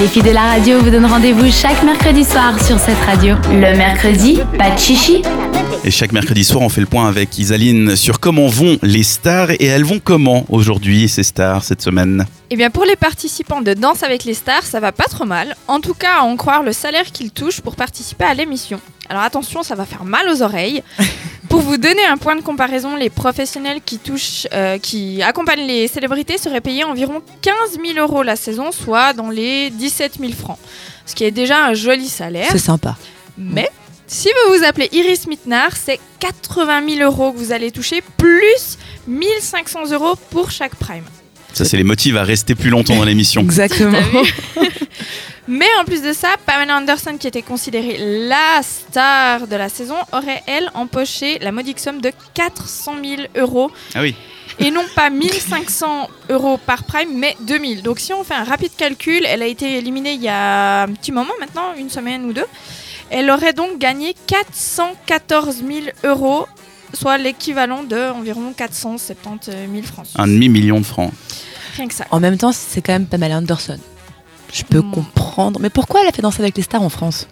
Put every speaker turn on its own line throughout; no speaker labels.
Les filles de la radio vous donnent rendez-vous chaque mercredi soir sur cette radio. Le mercredi, pas de chichi.
Et chaque mercredi soir, on fait le point avec Isaline sur comment vont les stars et elles vont comment aujourd'hui, ces stars, cette semaine.
Eh bien, pour les participants de Danse avec les stars, ça va pas trop mal. En tout cas, à en croire le salaire qu'ils touchent pour participer à l'émission. Alors attention, ça va faire mal aux oreilles. Pour vous donner un point de comparaison, les professionnels qui touchent, euh, qui accompagnent les célébrités seraient payés environ 15 000 euros la saison, soit dans les 17 000 francs, ce qui est déjà un joli salaire.
C'est sympa.
Mais si vous vous appelez Iris Mitnard, c'est 80 000 euros que vous allez toucher, plus 1500 euros pour chaque prime.
Ça, c'est les motifs à rester plus longtemps dans l'émission.
Exactement.
Mais en plus de ça, Pamela Anderson, qui était considérée la star de la saison, aurait, elle, empoché la modique somme de 400 000 euros.
Ah oui.
Et non pas 1500 euros par prime, mais 2000. Donc si on fait un rapide calcul, elle a été éliminée il y a un petit moment maintenant, une semaine ou deux. Elle aurait donc gagné 414 000 euros, soit l'équivalent de environ 470 000 francs.
Un demi-million de francs.
Rien que ça.
En même temps, c'est quand même Pamela Anderson. Je peux
Hmm.
comprendre. Mais pourquoi elle a fait danser avec les stars en France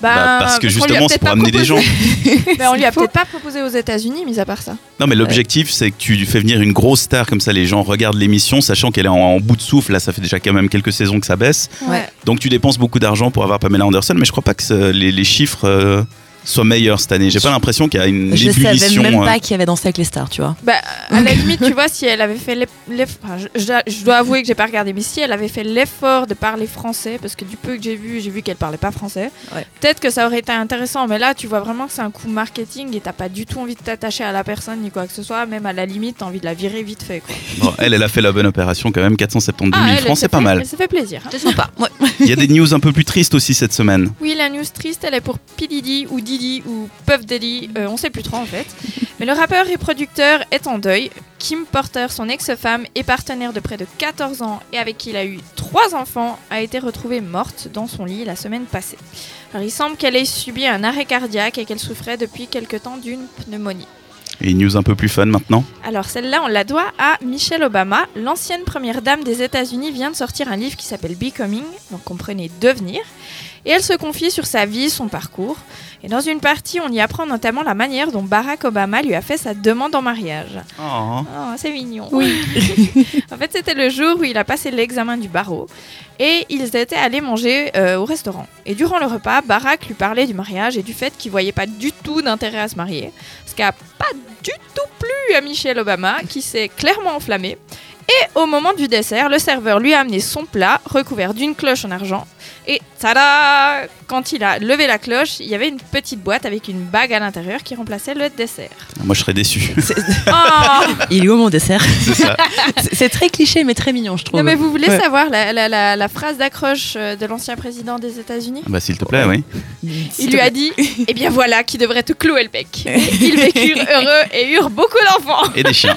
Bah, parce que
on Ah, Ben, lui a
justement, c'est
peut-être
pour
pas
amener des gens.
proposé. Mais Ben, on lui a
faux.
peut-être pas proposé aux États-Unis, mis à part ça.
Non, mais l'objectif, c'est que tu fais venir une grosse star comme ça, les gens regardent l'émission, sachant qu'elle est en, en bout de souffle. Là, ça fait déjà quand même quelques saisons que ça baisse.
Ouais.
Donc, tu dépenses beaucoup d'argent pour avoir Pamela Anderson, mais je crois pas que ce- les, les chiffres euh, soient meilleurs cette année. J'ai pas l'impression qu'il y a une
Je savais
ébullition.
même
euh,
pas qui avait dansé avec les stars, tu vois.
Bah, à la limite, tu vois, si elle avait fait l'eff- l'eff- enfin, je, je- je dois avouer que j'ai pas regardé, mais si elle avait fait l'effort de parler français, parce que du peu que j'ai vu, j'ai vu qu'elle parlait pas français,
Ouais.
peut-être que ça aurait été intéressant. Mais là, tu vois vraiment que c'est un coup marketing et t'as pas du tout envie de t'attacher à la personne ni quoi que ce soit. Même à la limite, t'as envie de la virer vite fait. Quoi.
Bon, elle, elle a fait la bonne opération quand même, 472 000
Ah, elle, elle
francs,
s'est
c'est pas
fait-
mal.
Elle s'est fait plaisir. hein.
C'est sympa.
Il y a des news un peu plus tristes aussi cette semaine.
Oui, la news triste, elle est pour P. Diddy ou Didi ou Puff Daddy, euh, on sait plus trop en fait. Mais le rappeur et producteur est en deuil. Kim Porter, son ex-femme et partenaire de près de 14 ans et avec qui il a eu trois enfants, a été retrouvée morte dans son lit la semaine passée. Alors, il semble qu'elle ait subi un arrêt cardiaque et qu'elle souffrait depuis quelque temps d'une pneumonie.
Et une news un peu plus fun maintenant.
Alors celle-là, on la doit à Michelle Obama. L'ancienne première dame des États-Unis vient de sortir un livre qui s'appelle Becoming, donc comprenez devenir. Et elle se confie sur sa vie, son parcours. Et dans une partie, on y apprend notamment la manière dont Barack Obama lui a fait sa demande en mariage. Oh, c'est mignon. Oui. en fait, c'était le jour où il a passé l'examen du barreau et ils étaient allés manger euh, au restaurant. Et durant le repas, Barack lui parlait du mariage et du fait qu'il voyait pas du tout d'intérêt à se marier, ce qui a pas du tout plu à Michelle Obama, qui s'est clairement enflammée. Et au moment du dessert, le serveur lui a amené son plat recouvert d'une cloche en argent. Et tada Quand il a levé la cloche, il y avait une petite boîte avec une bague à l'intérieur qui remplaçait le dessert.
Moi, je serais déçu.
Oh
Il est où mon dessert
c'est ça.
C'est- C'est très cliché, mais très mignon, je trouve.
Non, mais vous voulez
Ouais.
savoir la, la- la- la phrase d'accroche euh, de l'ancien président des États-Unis
Ah Bah, s'il te plaît, oui.
Il lui a dit Eh bien voilà qui devrait te clouer le bec. Ils vécurent heureux et eurent beaucoup d'enfants.
Et des chiens.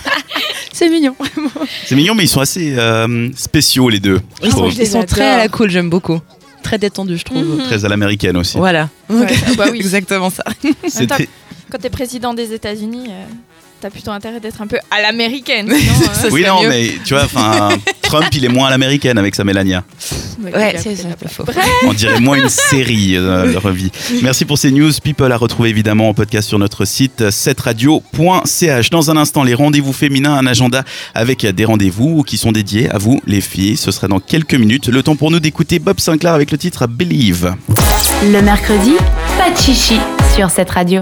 C'est mignon.
C'est mignon, mais ils sont assez euh, spéciaux, les deux. Je
Ils sont,
trouve.
je les
ils sont très à
adore. Mhm.
la cool, j'aime beaucoup. Très détendus, je trouve.
Très à l'américaine aussi.
Voilà.
Ouais, ah bah oui.
Exactement ça.
C'était
Quand t'es président des États-Unis, euh, t'as plutôt intérêt d'être un peu à l'américaine. sinon, euh,
Ça
Oui,
serait
non,
mieux.
mais tu vois, enfin, Trump, il est moins à l'américaine avec sa Mélania.
mais
Ouais,
il a
c'est
peut-être
ça.
la place.
Faux.
On dirait moins une série euh, leur vie. Merci pour ces news. People à retrouver évidemment en podcast sur notre site euh, setradio.ch. Dans un instant, les rendez-vous féminins, un agenda avec euh, des rendez-vous qui sont dédiés à vous, les filles. Ce sera dans quelques minutes. Le temps pour nous d'écouter Bob Sinclair avec le titre Believe.
Le mercredi, pas de chichi sur cette radio.